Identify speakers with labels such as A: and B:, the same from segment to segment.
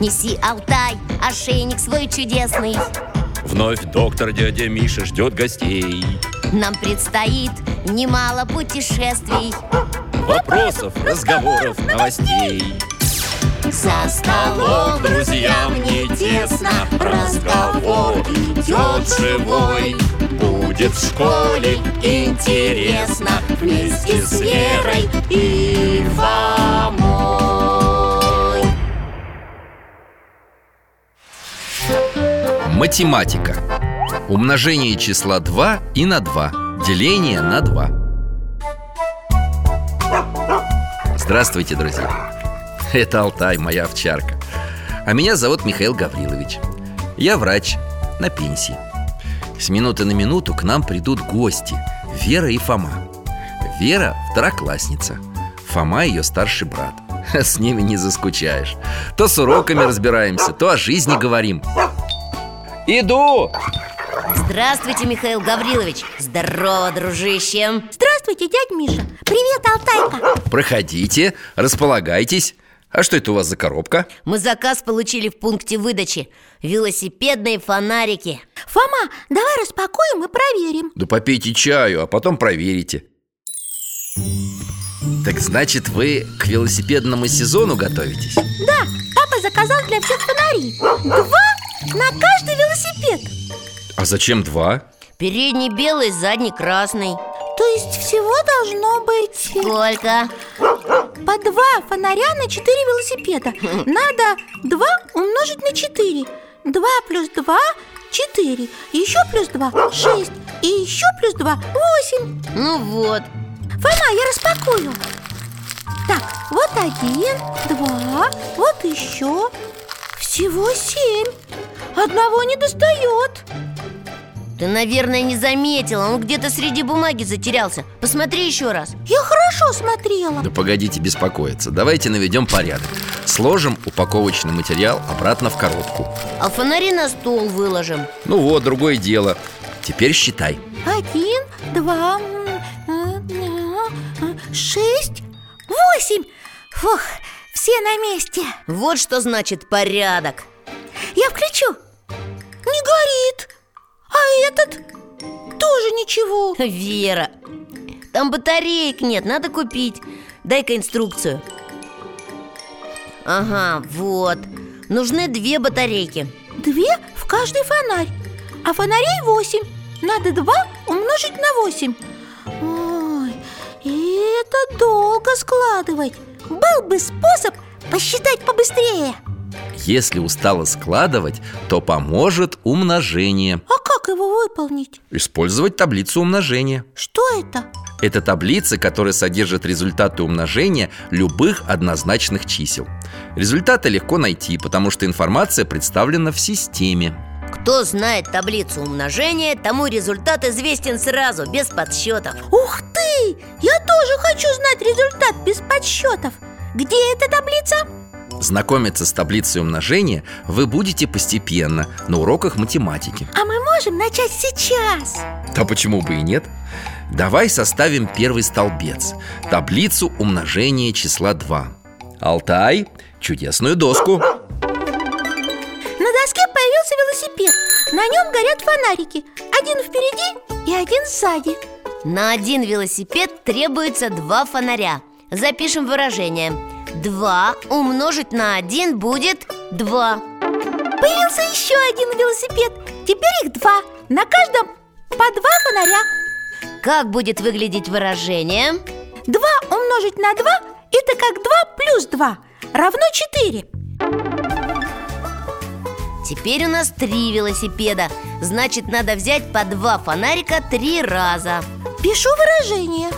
A: Неси, Алтай, ошейник свой чудесный
B: Вновь доктор дядя Миша ждет гостей
A: Нам предстоит немало путешествий
B: Вопросов, разговоров, новостей
A: За столом, друзья, мне тесно Разговор идет живой
B: Будет в школе интересно Вместе с Верой и Фомой
C: Математика. Умножение числа 2 и на 2. Деление на 2. Здравствуйте, друзья. Это Алтай, моя овчарка. А меня зовут Михаил Гаврилович. Я врач на пенсии. С минуты на минуту к нам придут гости Вера и Фома. Вера – второклассница. Фома – ее старший брат. С ними не заскучаешь. То с уроками разбираемся, то о жизни говорим. Иду!
A: Здравствуйте, Михаил Гаврилович Здорово, дружище
D: Здравствуйте, дядь Миша Привет, Алтайка
C: Проходите, располагайтесь. А что это у вас за коробка?
A: Мы заказ получили в пункте выдачи Велосипедные фонарики
D: Фома, давай распакуем и проверим
C: Да попейте чаю, а потом проверите. Так значит, вы к велосипедному сезону готовитесь?
D: Да, папа заказал для всех фонари Два на каждый велосипед
C: А зачем два?
A: Передний белый, задний красный
D: То есть всего должно быть э,
A: Сколько?
D: по два фонаря на четыре велосипеда Надо два умножить на четыре Два плюс два – четыре Еще плюс два – шесть И еще плюс два – восемь
A: Ну вот
D: Фома, я распакую Так, вот один, два, вот еще Всего семь Одного не достает
A: Ты, наверное, не заметила Он где-то среди бумаги затерялся Посмотри еще раз
D: Я хорошо смотрела
C: Да погодите беспокоиться, давайте наведем порядок Сложим упаковочный материал обратно в коробку
A: А фонари на стол выложим
C: Ну вот, другое дело Теперь считай
D: Один, два, м, м, м, м, шесть, восемь Фух, все на месте
A: Вот что значит порядок
D: Я включу Не горит А этот тоже ничего
A: Вера, там батареек нет, надо купить Дай-ка инструкцию Ага, вот Нужны две батарейки
D: Две в каждый фонарь А фонарей восемь Надо два умножить на восемь Ой, и это долго складывать Был бы способ посчитать побыстрее
C: Если устала складывать, то поможет умножение
D: А как его выполнить?
C: Использовать таблицу умножения
D: Что это?
C: Это таблицы, которые содержат результаты умножения любых однозначных чисел. Результаты легко найти, потому что информация представлена в системе.
A: Кто знает таблицу умножения, тому результат известен сразу, без подсчетов
D: Ух ты! Я тоже хочу знать результат без подсчетов Где эта таблица?
C: Знакомиться с таблицей умножения вы будете постепенно на уроках математики.
D: А мы можем начать сейчас
C: Да почему бы и нет? Давай составим первый столбец – таблицу умножения числа 2. Алтай, чудесную доску.
D: На доске появился велосипед На нем горят фонарики Один впереди и один сзади
A: На один велосипед требуется два фонаря Запишем выражение 2 умножить на 1 будет 2
D: Появился еще один велосипед Теперь их два На каждом по два фонаря
A: Как будет выглядеть выражение?
D: Два умножить на два Это как два плюс два Равно четыре
A: Теперь у нас три велосипеда Значит, надо взять по два фонарика три раза
D: Пишу выражение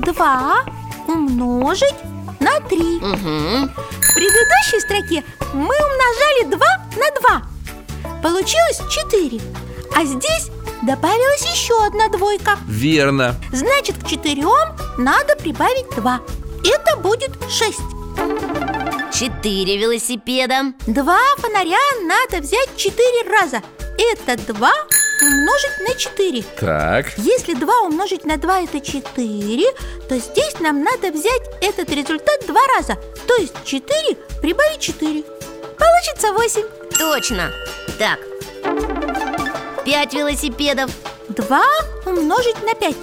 D: 2 умножить на 3
A: Мгм.
D: В предыдущей строке мы умножали 2 на 2 Получилось 4 А здесь добавилась еще одна двойка
C: Верно.
D: Значит, к четырем надо прибавить 2 Это будет 6
A: Четыре велосипеда
D: Два фонаря надо взять 4 раза Это 2 умножить на 4
C: Так.
D: Если 2 умножить на 2 это 4, то здесь нам надо взять этот результат два раза, то есть 4 прибавить 4. Получится Остается восемь
A: Точно Так Пять велосипедов
D: Два умножить на пять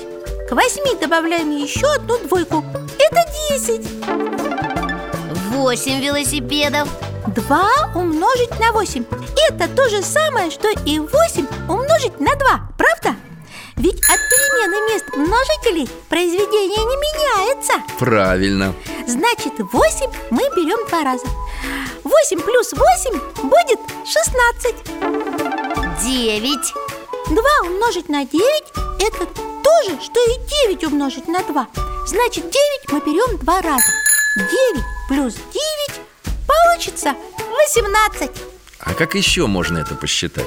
D: К восьми добавляем еще одну двойку Это десять
A: Восемь велосипедов
D: Два умножить на восемь Это то же самое, что и восемь умножить на два Правда? Ведь от перемены мест множителей произведение не меняется
C: Правильно
D: Значит, 8 мы берем два раза 8 плюс 8 будет 16
A: Девять
D: 2 умножить на 9 это то же, что и 9 умножить на 2 Значит, 9 мы берем два раза 9 плюс 9 получится 18
C: А как еще можно это посчитать?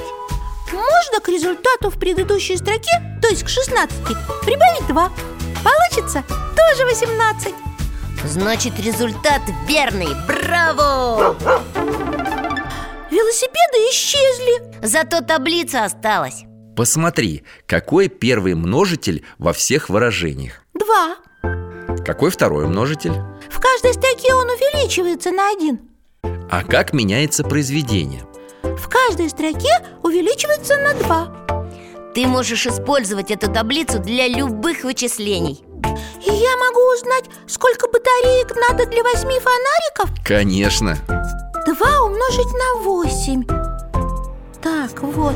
D: Можно к результату в предыдущей строке, то есть к 16, прибавить 2 Получится тоже 18
A: Значит, результат верный Браво!
D: Велосипеды исчезли
A: Зато таблица осталась
C: Посмотри, какой первый множитель во всех выражениях
D: 2
C: Какой второй множитель?
D: В каждой строке он увеличивается на 1
C: А как меняется произведение?
D: В каждой строке увеличивается на 2
A: Ты можешь использовать эту таблицу для любых вычислений
D: И я могу узнать, сколько батареек надо для 8 фонариков
C: Конечно
D: 2 умножить на 8 Так, вот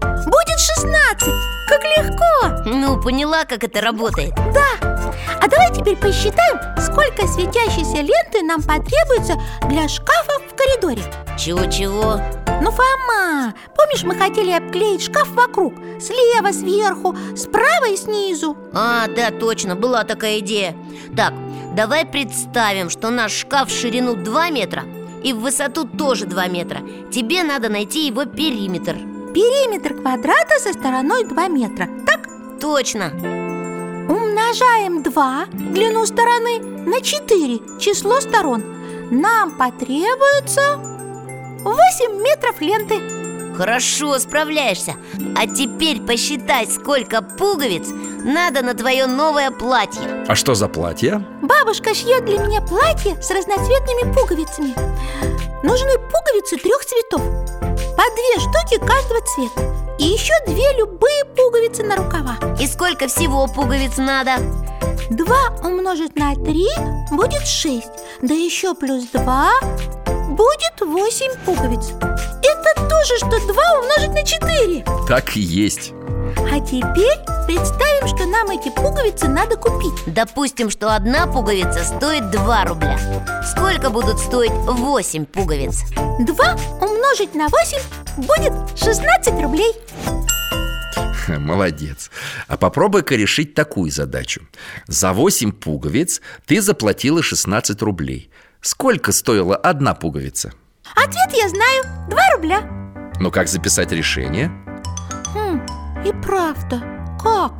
D: Будет 16, как легко
A: Ну, поняла, как это работает
D: Да, а давай теперь посчитаем, сколько светящейся ленты нам потребуется для шкафа в коридоре
A: Чего-чего?
D: Ну, Фома, помнишь, мы хотели обклеить шкаф вокруг? Слева, сверху, справа и снизу
A: А, да, точно, была такая идея Так, давай представим, что наш шкаф в ширину 2 метра И в высоту тоже 2 метра Тебе надо найти его периметр
D: Периметр квадрата со стороной 2 метра Так,
A: Точно,
D: умножаем 2, длину стороны, на 4, число сторон Нам потребуется 8 метров ленты
A: хорошо справляешься А теперь посчитай, сколько пуговиц надо на твое новое платье
C: А что за платье?
D: Бабушка шьет для меня платье с разноцветными пуговицами Нужны пуговицы трех цветов По две штуки каждого цвета И еще две любые пуговицы на рукава
A: И сколько всего пуговиц надо?
D: 2 умножить на 3 будет 6 Да еще плюс 2 будет 8 пуговиц Это то же, что 2 умножить на 4
C: Так и есть
D: А теперь представим, что нам эти пуговицы надо купить
A: Допустим, что одна пуговица стоит 2 рубля Сколько будут стоить 8 пуговиц?
D: 2 умножить на 8 будет 16 рублей
C: Ха, Молодец А попробуй-ка решить такую задачу За 8 пуговиц ты заплатила 16 рублей Сколько стоила одна пуговица?
D: Ответ я знаю 2 рубля
C: Ну как записать решение?
D: Хм, И правда, как?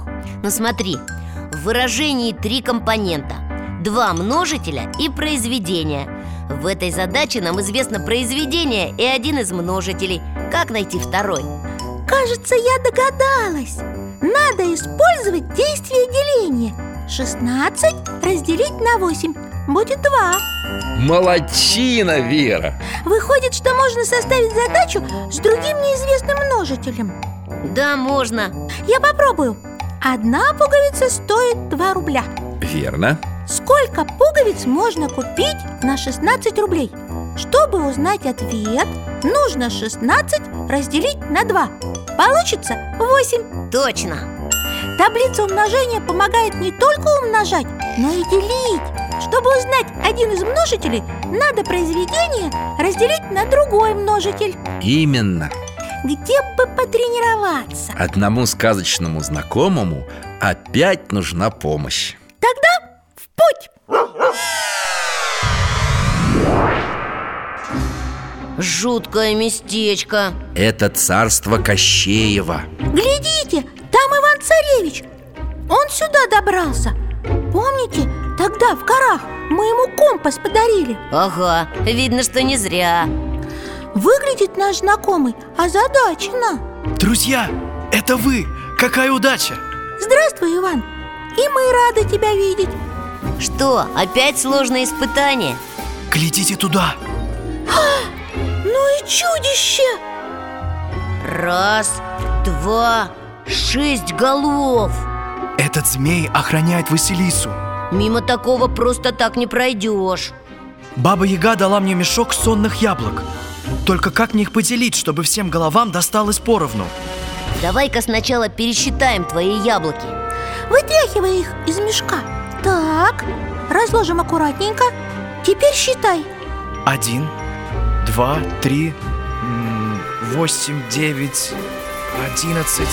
A: Ну смотри, в выражении три компонента Два множителя и произведение В этой задаче нам известно произведение и один из множителей Как найти второй?
D: Кажется, я догадалась Надо использовать действие деления 16 разделить на 8 будет 2
C: Молодчина, Вера!
D: Выходит, что можно составить задачу с другим неизвестным множителем
A: Да, можно
D: Я попробую Одна пуговица стоит 2 рубля
C: Верно
D: Сколько пуговиц можно купить на 16 рублей? Чтобы узнать ответ, нужно 16 разделить на 2 Получится 8
A: Точно
D: Таблица умножения помогает не только умножать, но и делить. Чтобы узнать один из множителей, надо произведение разделить на другой множитель.
C: Именно
D: Где бы потренироваться?
C: Одному сказочному знакомому опять нужна помощь
D: Тогда в путь!
A: Жуткое местечко
C: Это царство Кощеева
D: Глядите, там Иван-Царевич. Он сюда добрался. Помните, тогда в горах мы ему компас подарили.
A: Ага, видно, что не зря
D: Выглядит наш знакомый озадаченно.
E: Друзья, это вы! Какая удача!
D: Здравствуй, Иван. И мы рады тебя видеть.
A: Что, опять сложное испытание?
E: Глядите туда!
D: Ну и чудище!
A: Раз, два, шесть голов
E: Этот змей охраняет Василису.
A: Мимо такого просто так не пройдешь
E: Баба Яга дала мне мешок сонных яблок. Только как мне их поделить, чтобы всем головам досталось поровну?
A: Давай-ка сначала пересчитаем твои яблоки
D: Вытряхивай их из мешка Так, разложим аккуратненько Теперь считай
E: Один, два, три, м, восемь, девять, одиннадцать,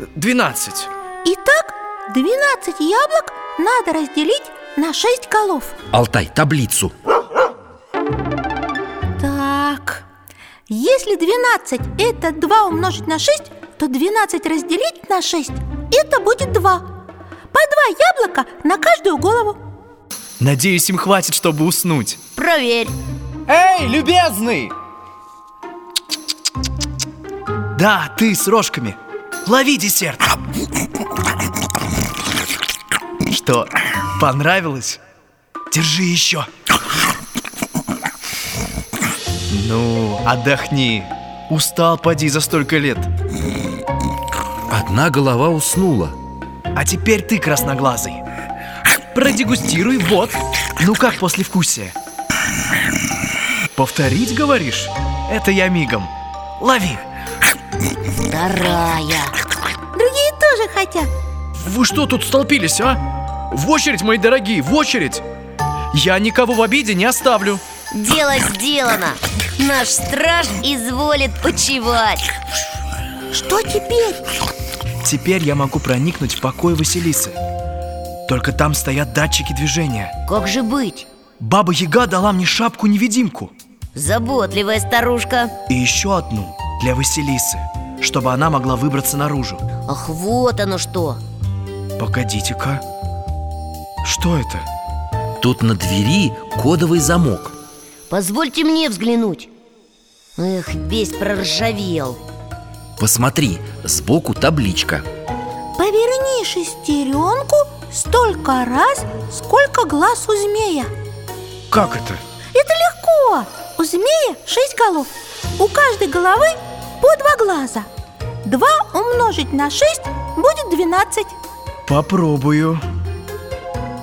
E: э, двенадцать.
D: Итак, 12 яблок надо разделить на 6 голов
C: Алтай, таблицу
D: Так, если 12 это 2 умножить на 6, то 12 разделить на 6 это будет 2 По 2 яблока на каждую голову
E: Надеюсь, им хватит, чтобы уснуть.
A: Проверь
F: Эй, любезный!
E: Да, ты с рожками. Лови десерт. Что, понравилось? Держи еще. Ну, отдохни. Устал, поди, за столько лет.
C: Одна голова уснула
E: А теперь ты красноглазый. Продегустируй, вот. Ну как после вкусия? Повторить, говоришь? Это я мигом. Лови.
A: Вторая
D: Другие тоже хотят
E: Вы что тут столпились, а? В очередь, мои дорогие, в очередь! Я никого в обиде не оставлю.
A: Дело сделано Наш страж изволит почевать
D: Что теперь?
E: Теперь я могу проникнуть в покой Василисы. Только там стоят датчики движения.
A: Как же быть?
E: Баба Яга дала мне шапку-невидимку.
A: Заботливая старушка
E: И еще одну для Василисы, чтобы она могла выбраться наружу.
A: Ах, вот оно что
E: Погодите-ка. Что это?
C: Тут на двери кодовый замок
A: Позвольте мне взглянуть Эх, весь проржавел
C: Посмотри, сбоку табличка
D: Поверни шестеренку столько раз, сколько глаз у змея
E: Как это?
D: Это легко! У змея шесть голов У каждой головы по два глаза 2 умножить на 6 будет 12
E: Попробую.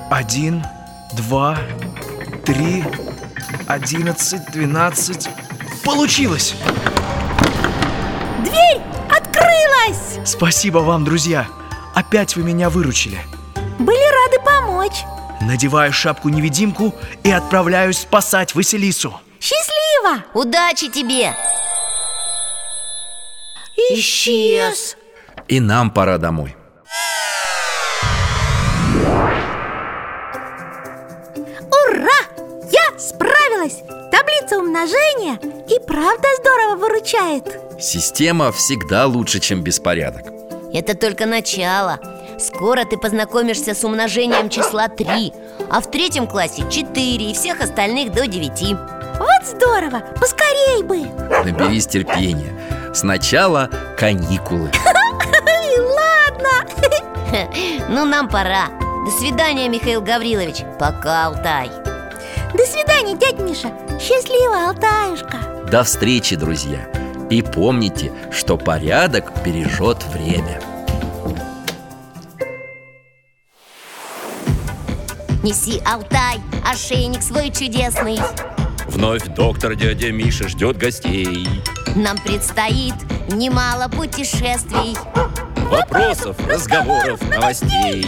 E: Один, два, три, одиннадцать, двенадцать. Получилось!
D: Дверь открылась!
E: Спасибо вам, друзья. Опять вы меня выручили.
D: Были рады помочь.
E: Надеваю шапку-невидимку и отправляюсь спасать Василису.
D: Счастливо!
A: Удачи тебе! Исчез.
C: И нам пора домой
D: Ура! Я справилась! Таблица умножения и правда здорово выручает.
C: Система всегда лучше, чем беспорядок
A: Это только начало Скоро ты познакомишься с умножением числа 3 А в третьем классе 4 и всех остальных до 9
D: Вот здорово! Поскорей бы!
C: Наберись терпения Сначала каникулы
D: Ой, ладно!
A: Ну, нам пора До свидания, Михаил Гаврилович Пока, Алтай
D: До свидания, дядь Миша! Счастливо, Алтаюшка!
C: До встречи, друзья И помните, что порядок бережет время
A: Неси, Алтай, ошейник свой чудесный
B: Вновь доктор дядя Миша ждет гостей
A: Нам предстоит немало путешествий
B: Вопросов, разговоров, новостей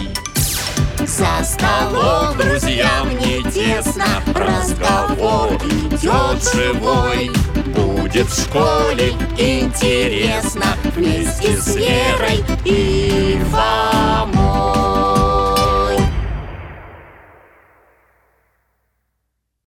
A: Со столом,
B: друзьям не тесно Разговор идет живой Будет в школе интересно Вместе с Лерой и Иваном